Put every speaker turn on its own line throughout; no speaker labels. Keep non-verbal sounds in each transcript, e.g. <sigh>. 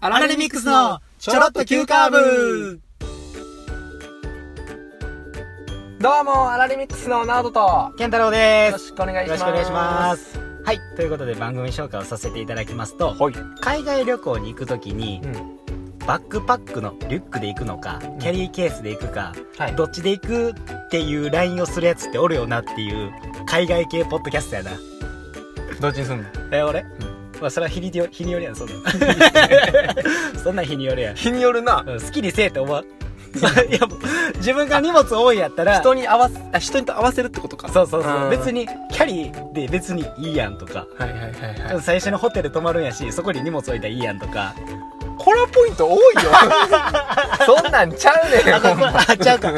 アラレミックスのちょろっと急カーブ
どうも、アラレミックスのナオトと、
健太郎で
よろ
す。
しくお願いしま
よろし
す。
くお願いします。はい、ということで番組紹介をさせていただきますと、
はい。
海外旅行に行くときに、
うん。
バックパックのリュックで行くのか、キャリーケースで行くか、
はい。
どっちで行くっていうラインをするやつっておるよなっていう、海外系ポッドキャストやな。
どっちにすんの
え、俺、まあ、それは日によ日によりやん、そん <laughs> なん。そんなん日によるやん。
日によるな。
うん好きにせえって思わん。 <laughs> いや、もう自分が荷物多いやったら、
人に合わせ、あ、人にと合わせるってことか。
そうそう
う
そ
ん
う。別に、キャリーで別にいいやんとか。
はいはいはいはい。
最初のホテル泊まるんやし、そこに荷物置いたらいいやんとか。
コラポイント多いよ。 <laughs> そんなんちゃうね <laughs> ん、ほんま
あ、ちゃうか。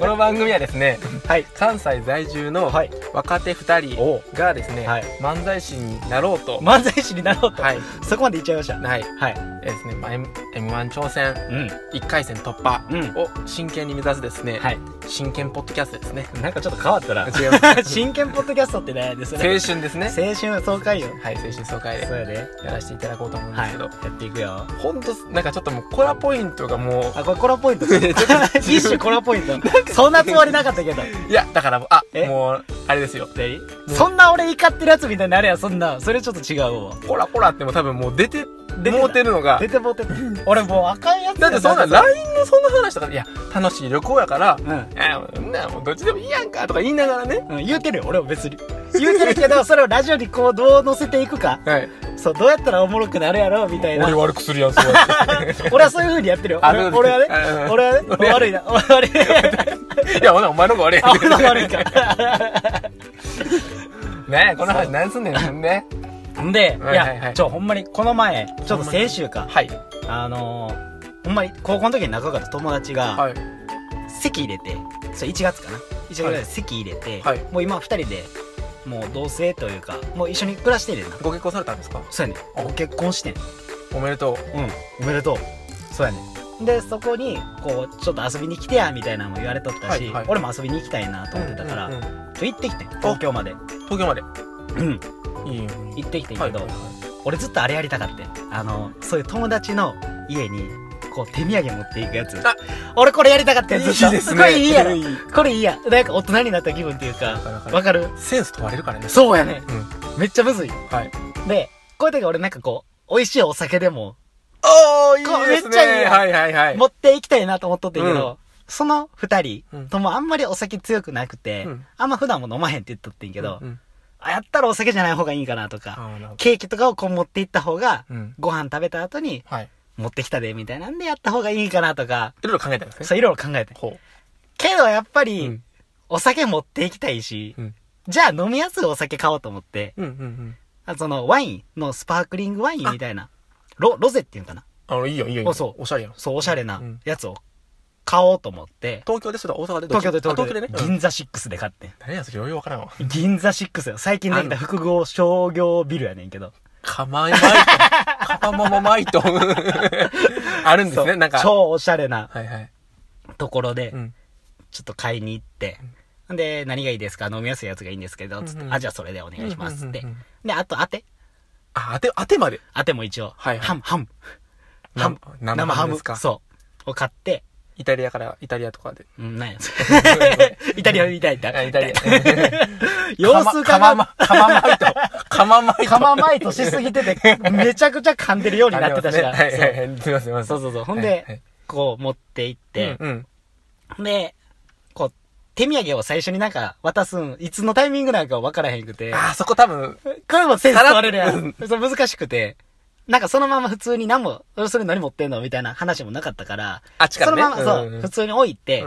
この番組はですね、
はい。
関西在住の
はい
若手二人
お
がですね、
はい
漫才師になろうと、
漫才師になろうと。
はい。
そこまで言っちゃいました。
はい。
はい。
えーですね、まあ M- M1 挑戦
う
1回戦突破
ん。うん。
を真剣に目指すですね、
はい。
真剣ポッドキャストですね。
なんかちょっと変わっ
<laughs>
たな。
違い
<laughs>
ます。
真剣ポッドキャストってね、です
青
ね。
春ですね。
青春爽快よ。
はい、青春爽快で
そうやで。
やらせていただこうと思うんで
は
す
い。
けど、
やっていくよ。
ほんと、なんかちょっともうコラポイントがも
あ、これコラポイント
<laughs>
か
ちょっと
一種コラポイント。そんなつもりなかったけど。
う、いや、だから、あ、
え
もう、あれですよ。
何そんな俺怒ってるやつみたいになるやんそんな。それちょっと違うわ。
コラコラってもう多分もう出て、
出てた
もうてるのが
出、てもうてた。俺もう赤いやつ
だ
や
ってそんな、LINE のそんな話とか、いや、楽しい旅行やから、
う
あーんなもうどっちでもいいやんかとか言いながらね。
ん、うん、言うてるよ俺は別に言うてるけどそれをラジオにこうどう載せていくか
はい。
そうどうやったらおもろくなるやろうみたいな
俺悪くするやん、そうやって。
<laughs> 俺はそういう風にやってるよ
あ
俺
そうです
俺はね
あうん
俺はね俺悪いな俺 <laughs> 悪い
いや、ほなお前の方が悪いや
あ
ん。
俺の悪いか
<laughs> ねえこの話何すんねん、ね。
ん <laughs> で、い
はいはいはい
やちょほんまにこの前ちょっと先週か
はい。
あのー、ほんまに高校の時に仲良かった友達が、
はい。
席入れてそれ1月かな1月ぐらいで席入れて、
はい
もう今2人でもう同棲というかもう一緒に暮らしてるな
ご結婚されたんですか
そうやねご結婚してん
おめでとう。
うんおめでとうそうやねでそこにこうちょっと遊びに来てやみたいなのも言われとったし、
はいはい
俺も遊びに行きたいなと思ってたから、
うんうんうん
ちょ行ってきてん東京まで
東京まで。
うん
いいよ。
行ってきてん
は
け
い
ど、俺ずっとあれやりたかってんあのそういう友達の家にこう手土産持っていくやつ
あ
俺これやりたかったんずっと
いいですね
これいいやろ
いい
これいいやなんか大人になった気分っていう
か
か
るわかる
わかる
センス問われるからね。
そうやね
うん。
めっちゃむずい
はい。
でこういう時俺なんかこう美味しいお酒でも
おー、い
こ
いうです
めっちゃいい
ね。
よ
はいはいはい。
持っていきたいなと思っとってんけど、
うん
その二人
うん
ともあんまりお酒強くなくて、
うん
あんま普段も飲まへんって言っとってんけど、
うんうん
あやったらお酒じゃない方がいいかなとか、
あーなるほど
ケーキとかをこう持っていった方が、
うん
ご飯食べた後に
はい。
持ってきたでみたいなんでやった方がいいかなとか、
いろいろ考えたんですね。
そういろいろ考えて。
ほ
けどやっぱ
う
り、
ん
お酒持っていきたいし、
うん
じゃあ飲みやすいお酒買おうと思って、
うんうんうん。
あそのワインのスパークリングワインみたいな、ロ、ロゼっていうんかな
あの、いいよいいよいいよ。
あそう
おしゃれやん。
そう、おしゃれな
うん
やつを買おうと思って、
東京でそれと大阪でどっ
東
ち
京で東
あ
京
東
で、
京でね。うん
銀座6で買ってん。
何やそれ、余裕わからんわ。
銀座6よ。最近できた複合商業ビルやねんけど。
かまいまいと。かままままいと。 <laughs> あるんです
そ
ね、
う
なんか。
超おしゃれな
はいはい。
ところで
う、ん。
ちょっと買いに行って、で、何がいいですか飲みやすいやつがいいんですけど、つって、
うんうん
あ、じゃあそれでお願いしますって
うんうんうん。
で、あと当て。
あ、当て、当てまで。
当ても一応、
はいはい
ハム、ハム。
な
ハム。
生ハムですか
そう。を買って、
イタリアから、イタリアとかで。
う
<laughs>
ん、なんや。イタリアみたい
あ
だ。
イタリア。
様子
か
が
ま、かままいと。 <laughs> かままいと。
かままいとしすぎてて、 <laughs> めちゃくちゃ噛んでるようになってたしな。
ありますねはいはいはい。すいません、すいません。
そうそうそうそう。ほん
<laughs> はいはい
で、こう持って行って、
うんうん。
で、こう、手土産を最初になんか渡すん、いつのタイミングなんか分からへんくて、
あー、そこ多分、
これもセンス問われるや
さら
ん。そう難しくて、なんかそのまま普通に何も、それ何持ってんのみたいな話もなかったから、
あっちからね
そのまま、そうう、
んうん
普通に置いて、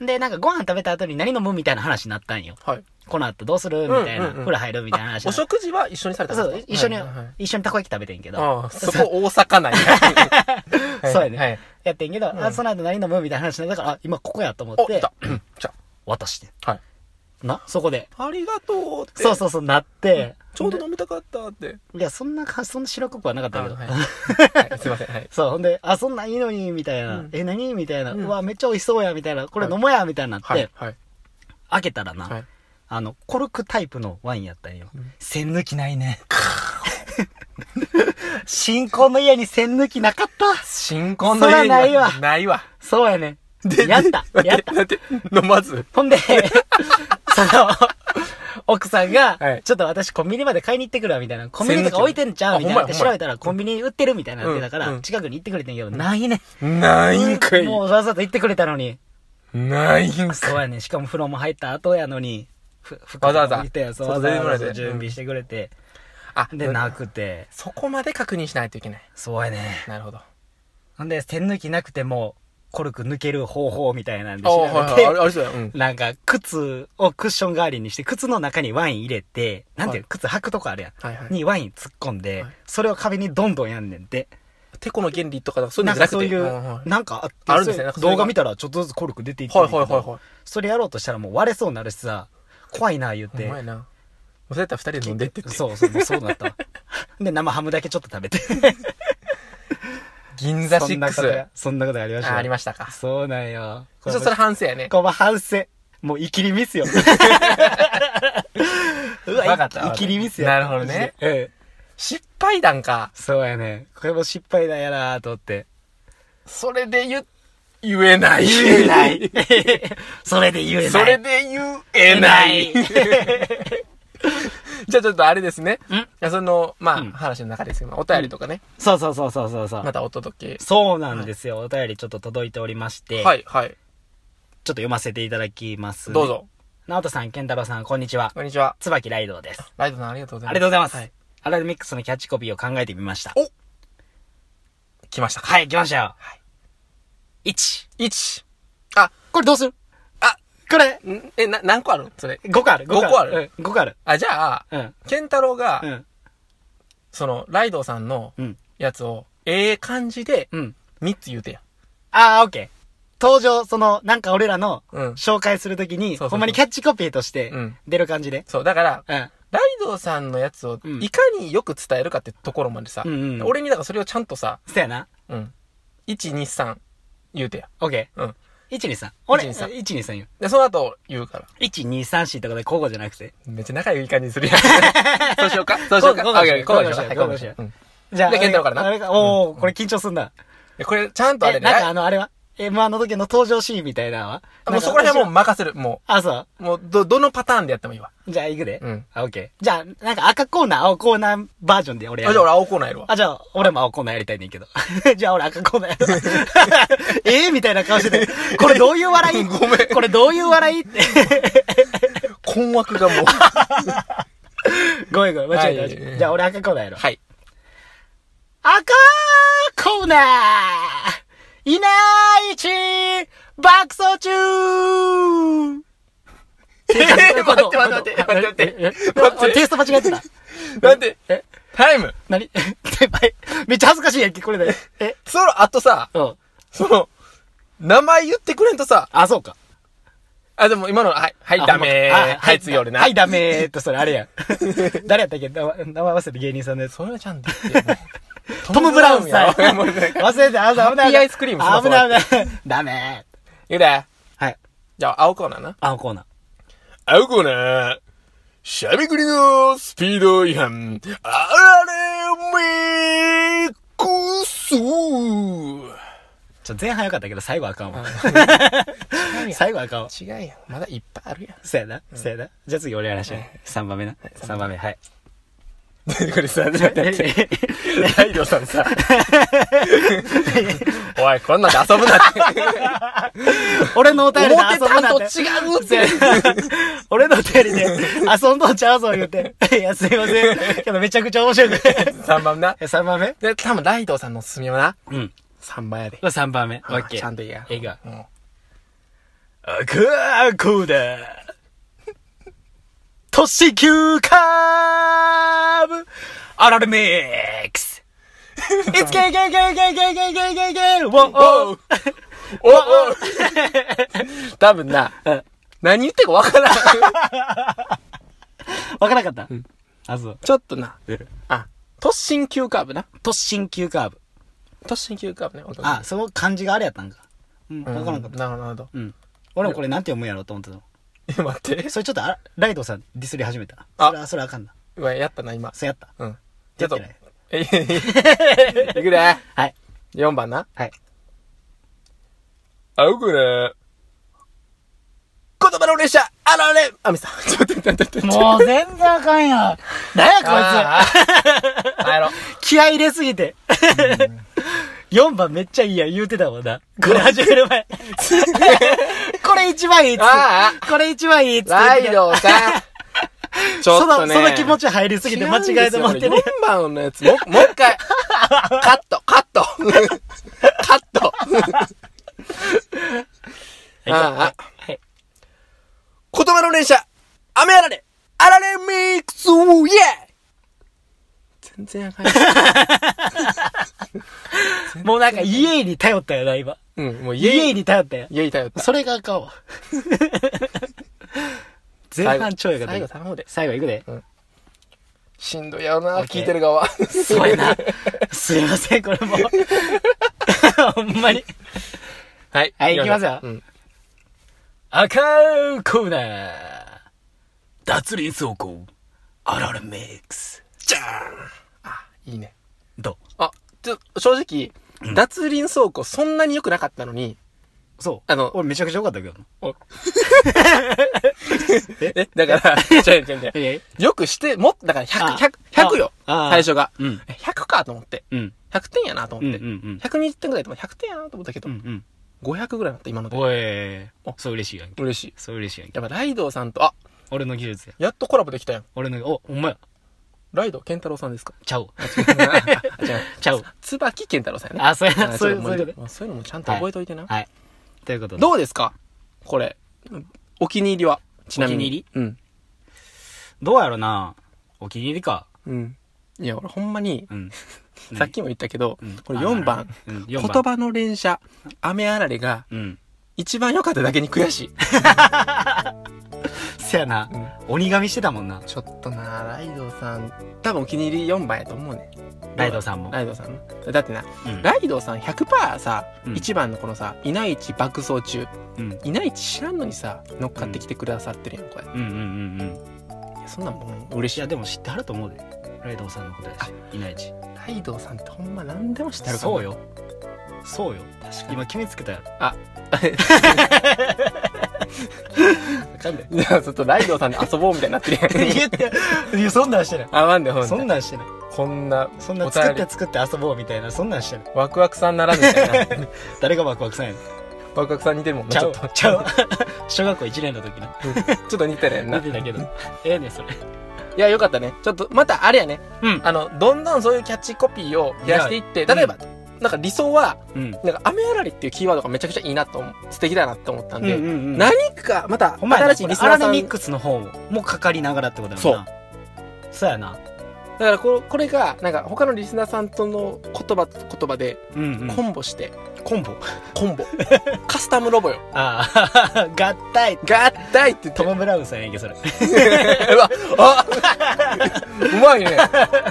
で、なんかご飯食べた後に何飲むみたいな話になったんよ。
はい。
この後どうするみたい
うんうんう
な、
ん
風呂入るみたいな話
あ
に
お
なっ
食事は一緒にされた
た
ん
そ
ですか
う、一緒に、
はいはいはい
一緒にたこ焼き食べてんけど、
ああ、そこ大阪 <laughs> なんや。はい
そうやね
はい。
やってんけど、
ん
あその後何飲むみたいな話になったから、あ、今ここやと思っ
お、い
て
た。、じゃ
渡して。
あはい。
な、そこで。
ありがとうって。
そうそうそう、なって、
ちょうど飲みたかったって。
いや、そんなか、そんな白っこくはなかったけど。
はいはいすいません。はい。
<laughs> そう、ほんで、あ、そんなんいいのに、みたいな。
うん
え、何みたいな。
うん
うわ、めっちゃ美味しそうや、みたいな。これ
はい
飲もうや、みたいになって、
はい。はい。
開けたらな、
はい
あの、コルクタイプのワインやったんよ。栓抜きないね。 <laughs> 新婚の家に線抜きなかった。
新婚の家に
そらないわ
ないわ。
そうやねん。やった。
待
や
っ
ってた。
<laughs> 待って、飲まず。
ほん
<laughs>
で、その、奥さんが、
はい
ちょっと私コンビニまで買いに行ってくるわ、みたいな。コンビニとか置いてんちゃうみたいなって
あほんまやほんまや
調べたら、コンビニ売ってるみたいなってだか
うんう
ら、
ん
近くに行ってくれてんけど、ないね。
ないんかい。
もうわざわざ行ってくれたのに。
ないんか
そうやねん。しかも風呂も入った後やのに、ふ、ふ
わざわざ
てやつ
そう
わざ
出てもら
わ
えて
ざ準備してくれて。
あ、
で、なくて。
そこまで確認しないといけない。
そうやね。
なるほど。あ
ほんで、線抜きなくても、コルク抜ける方法みたいなんで
あ、
調
はい
べ
はい。あ
て
れ、、あれそうだよ。うん。
なんか、靴をクッション代わりにして、靴の中にワイン入れて、なんていう
は
の、靴履くとこあるやん。
はいはい。
にワイン突っ込んで
はい、
それを壁にどんどんやんねんって。
てこの原理とか、そういう
な
のじゃな
んか
くて。
そうい
うんは
う、
い
なんかあ
あ
っ
るん
て、
ですね
そうい
なん
う
かそれが
動画見たらちょっとずつコルク出ていって
は
る
いはいはいはい。
それやろうとしたらもう割れそうになるしさ、怖いな言っ
う
て
ま。いな。そうやったら二人で飲んでってって。
そうそう、もうそうなったわ。で、生ハムだけちょっと食べて。
銀座シック
そんなことが
ス。
そんなことがありましたよ
あ、ありましたか。
そうなんよ。
ちょっとそれ反省やね。
こば反省。もう、イキリミス
<laughs>
よ。うわ、
わかったわか
イ
った
キリミスよ。
なるほどね
うん。
失敗談か。
そうやね。これも失敗だやなと思って。
それで言、言えない。
言えな。い。 <laughs> それで言えない。
それで言えない。じゃあちょっとあれですね。
ん
その、まあ、
うん
話の中ですけど、お便りとかね、
<laughs> そうそうそうそうそう。そう
またお届け。
そうなんですよ。お便りちょっと届いておりまして。。
はいい、はい。
ちょっと読ませていただきます。
どう。ぞ。
直人さん、健太郎さん、こんにちは。
こんにちは。
椿ライドウです。
ライドさんありがとうございます。
ありがとうございます。
はい。
アラルミックスのキャッチコピーを考えてみました。
来ましたか。
はい、来ましたよ。
はい
1。
1。
これどうする
あ、
これ、
んえ、な、何個あるそれ。
5個ある。
五個ある。
うん、5個ある。
あ、じゃあ、
うん。
ケンタロウが、
うん。
その、ライドさんの
うん。
やつを、ええ感じで、
うん。
3つ言うてや。
あー、オッケー。登場、その、なんか俺らの、
うん
紹介するときに、
そうそうそう
ほんまにキャッチコピーとして
うん、
出る感じで。
そう、だから、
うん。
ライドさんのやつを
う、ん
いかによく伝えるかってところまでさ、
うんうん
俺にだからそれをちゃんとさ、
そやな。
うん。1、2、3、言うてや。
オッケ
うん。
ー。1、2、3。俺、
1 2 3
1、2、3よ。
で、その後、言うから。
1、2、3、4とかで交互じゃなくて。
めっちゃ仲良い感じにす
<laughs>
るやん。そうしようかそうしようか
こうこうしよう
あこうしよう
こうこうしようこうこうしようじゃあ、
で健太郎からな
あれか、おー、これ緊張すん
う
な。
んこれ、ちゃんとあ
え、
れ
なんか
ね。
あの、あれは ?M1 の時の登場シーンみたいなのは
もうそこら辺はもう
う。
任せる。も
あ、そう。
う、もう、ど、どのパターンでやってもいいわ。
じゃあ、行くで。
うん
あ、オッケー。じゃあ、なんか赤コーナー、青コーナーバージョンで俺や
あ、
る
じゃあ俺、青コーナーやるわ。
あ、じゃあ、俺も青コーナーやりたいねんけど。 <laughs> じゃあ、俺赤コーナーやるわ。 <laughs> ええみたいな顔してて。これどういう笑い
<laughs> ごめん
これどういう笑い <laughs> って。
困惑がも <laughs> う。
ごめんごめん、間違えた間違え
は
た。
い
じゃあ、俺赤コーナーやろう。
はい。
赤コーナーいないち爆走中
えー待って待って待って待って
<laughs>
待って
ええ
待って
あテイスト間違えてた。
なんで、
え
タイム
何 <laughs> めっちゃ恥ずかしいやんけ、これで。え <laughs>
その、あとさ、
うん。
その、名前言ってくれんとさ、
あ、そうか。
あ、でも今の、はい、はい、
あ
ダメ
ほんま
ー。
あ
はい、次俺な。
はい、ダメーって、それあれや <laughs> ん。誰やったっけ名前名前合わせて芸人さんのやつ。
それはちゃんと言ってよ。
トム・ブラウンさん。
トムブラウンやろ
忘れてた、あ、危な
ハッピ
い。
ーアイスクリームそんな
危ない、危ない。 <laughs> ダメ
言
ー。
うで。
はい。
じゃあ、青コーナーな。
青コーナー。
青コーナー。しゃべくりのスピード違反。あられめこそ。
ちょ、前半良かったけど、最後あかんわ。 <laughs> 最後あかんわ。
違うやん。まだいっぱいあるや
そうやな。そうやな。じゃあ次俺やらしい。3番目な。3番目、はい。
ん。 <laughs> これさ、待って待ってライドさんさ。 <laughs> おい、こんなんで遊ぶなって。
<laughs> 俺のお便りで遊
思って
ぶ
た
なん
と
て。
違うって。
俺のお便りで遊んどんちゃうぞ言うて。 <laughs> いや、すいません。けどめちゃくちゃ面白くて。
3番な。
3番目
<laughs> で、多分ライドさんのおすすめはな。
うん。
3番やで。
3番目。オッケー。
ちゃんといいや。
ええか。
うん
赤コーナー。都市級カーブアラルミックス !It's gay gay gay gay gay gay gay gay gay!
おう
Whoa!
おおう多分な、
うん
何言ってるかわからん。 <laughs>
わからなかった、あ、そう。
ちょっとな、あ、突進急カーブな。
突進級カーブ。
突進急カーブね。
あ、その漢字があれやったんか。うん、
うん、
わからんかった。
なるほど、なるほど。 <laughs>
うん。俺もこれなんて読むんやろうと思ってたの。
え待って。
それちょっとあ、ライドさんディスり始めた。
あ
それは、それはあかんな。
うわ、やったな、今。
そうやった。
うん。ちょっと
やってない、
いくで。
はい。
4番な。
はい。
あうくね。言葉の列車、あられあ、みさん。ちょっと待って待って待って。
もう全然あかんやん。なんや
あー帰ろう。
こいつ。気合い入れすぎて。4番めっちゃいいやん言うてたもんな。これ始める前。 <laughs> これ一番いいっつって
あ
これ一番いいっつって言っ
ラ
てた
イ
<laughs>
ドさん。ちょ
そ
っと
の、
ね。
その気持ち入りすぎて間違えてもらってね。
4番のやつ、も、 <laughs> もう一回。カット、カット。 <laughs> カット。ああ
はい。
言葉の連射、雨あられ、あられミックス、イェー全然あかん。
もうなんか家に頼ったよな、今。
うん、もう家、
家に頼ったよ。
家頼った。
それがあかんわ。前半ちょいが
最
出
後
た。
頼むで。
最後いくで。
しんどいやろな、
オッケー
聞いてる側。
そうやな。すいません、これもう。 <laughs> ほんまに。
はい。
はい行きますよ
うん。
赤コーナー。脱輪走行。あられメイクス。
じゃーん。あ、いいね。
ど
あ、ちょ、正直、脱輪走行そんなに良くなかったのに、
うそう。
あの
俺めちゃくちゃ良かったけどな。
え、だから、 <laughs> 違う違う違う。
え
よくして、もっと、だから100、
あ
100、100よ。
ああ
最初が。
うん。
え100かと思って。
うん。
100点やなと
うん。
思
う
っ
ん。う
て。
ん。
120点ぐらいでも100点やなと思ったけ
う
ど、
ん。
500ぐらいになった、今ので。
おい。そう嬉しいやんけ。
嬉しい。
そう嬉しいやんけ。
やっぱライドさんと、あ、
俺の技術や。
やっとコラボできたやん。
俺の、お、お前や。
ライド健太郎さんです
<laughs>
か
ちゃうわ。
あ違う。
ちゃうわ。
椿健太郎さんやね。
あ、そうやな。
あ
そうい
ちょ
う、
っと
そういうこと
もうそういうのもちゃんと覚えといてな。
はい。ということで。
どうですかこれ。お気に入りはちなみに。
お気に入
りうん。
どうやろなお気に入りか。
うん。いや、俺ほんまに、
うん。
さっきも言ったけど
うん、
これ4番。
うん、
言
4番。
葉の連射、雨あられが
うん。
一番良かっただけに悔しい。
せやな。鬼神してたもんな。
ちょっとなライドさん、多分お気に入り4番やと思うね。
ライドさんも。
ライドさん。だってな、
うん
ライドさん100%さ、
うん
1番のこのさ、いないち爆走中、
うん。
いないち知らんのにさ、乗っかってきてくださってるやん、これ。
うんうんうんうん。
いやそんなんもう嬉
い
しい。
や、でも知ってはると思うで。ライドさんのことやし。いないち。
ライドさんってほんま何でも知ってるから。
そう。よ。そうよ。
確かに。
今決めつけたやろ。 <laughs>
わかんない。じゃあ <laughs> ちょっとライドさんで遊ぼうみたいになってるやん。
言って、 <laughs> いやそんなんしてない。
あ、なんでほんで。
そんなんしてない。
こんな、
そんなん
お便
作っ
り
て作って遊ぼうみたいな、そんなんしてない。
ワクワクさんならぬみたいな。
誰がワクワクさんやねん。
<laughs> ワクワクさん似てるもんな
ちゃう
ちょっと。
ちゃう <laughs> 小学校1年の時な。
ちょっと似てるやんな。
見
い
てたけど。 <laughs> ええねんそれ。
や、よかったね。ちょっと、またあれやね。
うん。
あの、どんどんそういうキャッチコピーを増やしていって、例えば、なんか理想は、
うん。
なんか雨あられっていうキーワードがめちゃくちゃいいなと思う、素敵だなって思ったんで、
うんうんうん
何か、また、
ほんまやな
新しいリスナー
これア
さ
ラ
ん、
ミ
だ
ッ
か
クスの方ももかかりながらってことやもんな。そう。そうやな。
らこ、これが、なんか、他のリスナーさんとの言葉と言葉で、
うん、うん。
コンボして、
コンボ。
コ
<laughs>
ンボ。カスタムロボよ。
ああ、 <laughs> 合体。
合体って言って
トム・ブラウンさんやんけ、それ。
<laughs> うわあ <laughs> うまいね。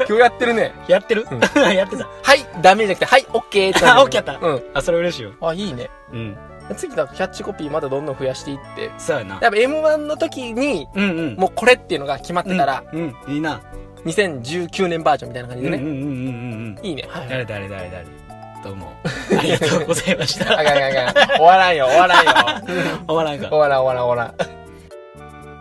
今日やってるね。
やってる、
うん
<laughs> やってた。
はい、ダメじゃなくて、はい、オッケーって
<laughs> あ、オッケーやった。
うん。
あ、それ嬉しいよ。
あ、いいね。
うん。
次だとキャッチコピーまだどんどん増やしていって。やっ
そうやな。
ぱ M1 の時に、
うんうん。
もうこれっていうのが決まってたら、
うん、うん、いいな。
2019年バージョンみたいな感
う
じ
んう
で
んうん
ね。
うんうん。
いいね。はいはい。
誰誰誰誰ど
<laughs>
うも。ありがとうございまし
あ
た。
かんあかんあ <laughs> かん。終わらんよ、終わらんよ。
終わらんか
終。わらん終わらん終わらん。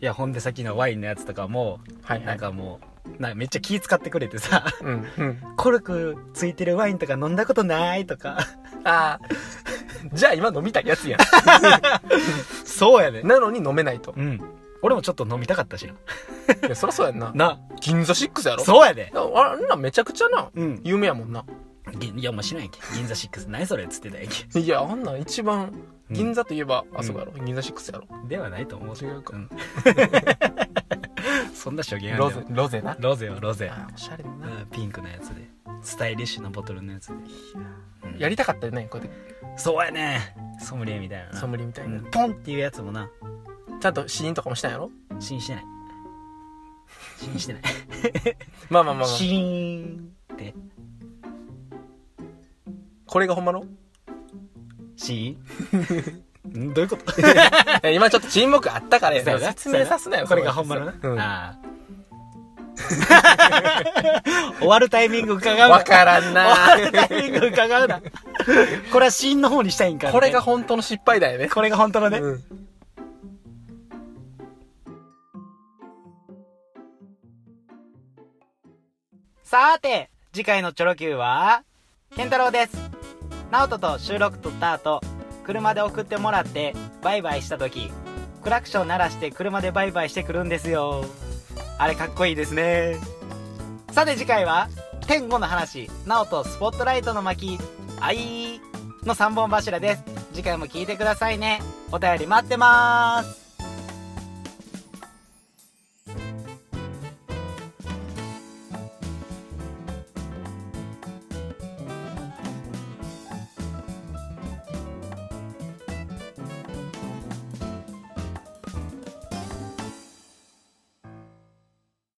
いや、ほんでさっきのワインのやつとかも、
はいは
なん
い。
かもう、なんかめっちゃ気使ってくれてさ、 <laughs>
うん。うん。
コルクついてるワインとか飲んだことないとか。 <laughs>
ああ。じゃあ今飲みたいやつや <laughs>
そうやね
ん。。なのに飲めないと。
うん。俺もちょっと飲みたかったしな。
いや、そりゃそうやんな。
な、
銀座6やろ
そうやで。
う。あんなんめちゃくちゃな、
うん。
有名やもんな。
いや、もう知らんやんけ。銀座6、何それっつってたやんけ。
いや、あんなん一番、
うん
銀座といえば、あそこやろ、銀座6やろ。
ではないと思う。
違うか
ん <laughs> そんな初見ある
ロゼ、ロゼな。
ロゼよ、ロゼ。
あーおしゃれだ
う
な。
んピンクのやつで。スタイリッシュなボトルのやつで。うん
やりたかったよね、こうやって、
そうやね。ソムリエみたいなな。
ソムリエみたいな
うん。ポンっていうやつもな、
ちゃんと試飲とかもしたんやろ
死にしてない。死
<laughs>
にしてない。
まあまあまあまあ
シ。ーンって。 <laughs>
これがほんまの
シ
<laughs>
ちんどういう <laughs> こと
今ちょっと沈黙あったからや
そうやな
<laughs> 説明さすなよ。
これがほんまのな。
うん
ああ <laughs> 終わるタイミング伺うな。
わからんな
終 <laughs> わるタイミング伺うな。これは死因の方にしたいんか、ね。
これが、本当の失敗だよね。
これが本当のね。
うん
さて、次回のチョロ Q は、ケンタロウです。ナオトと収録撮った後、車で送ってもらって、バイバイした時、クラクション鳴らして車でバイバイしてくるんですよ。あれかっこいいですね。さて次回は、天狗の話、ナオとスポットライトの巻、あいーの3本柱です。次回も聞いてくださいね。お便り待ってます。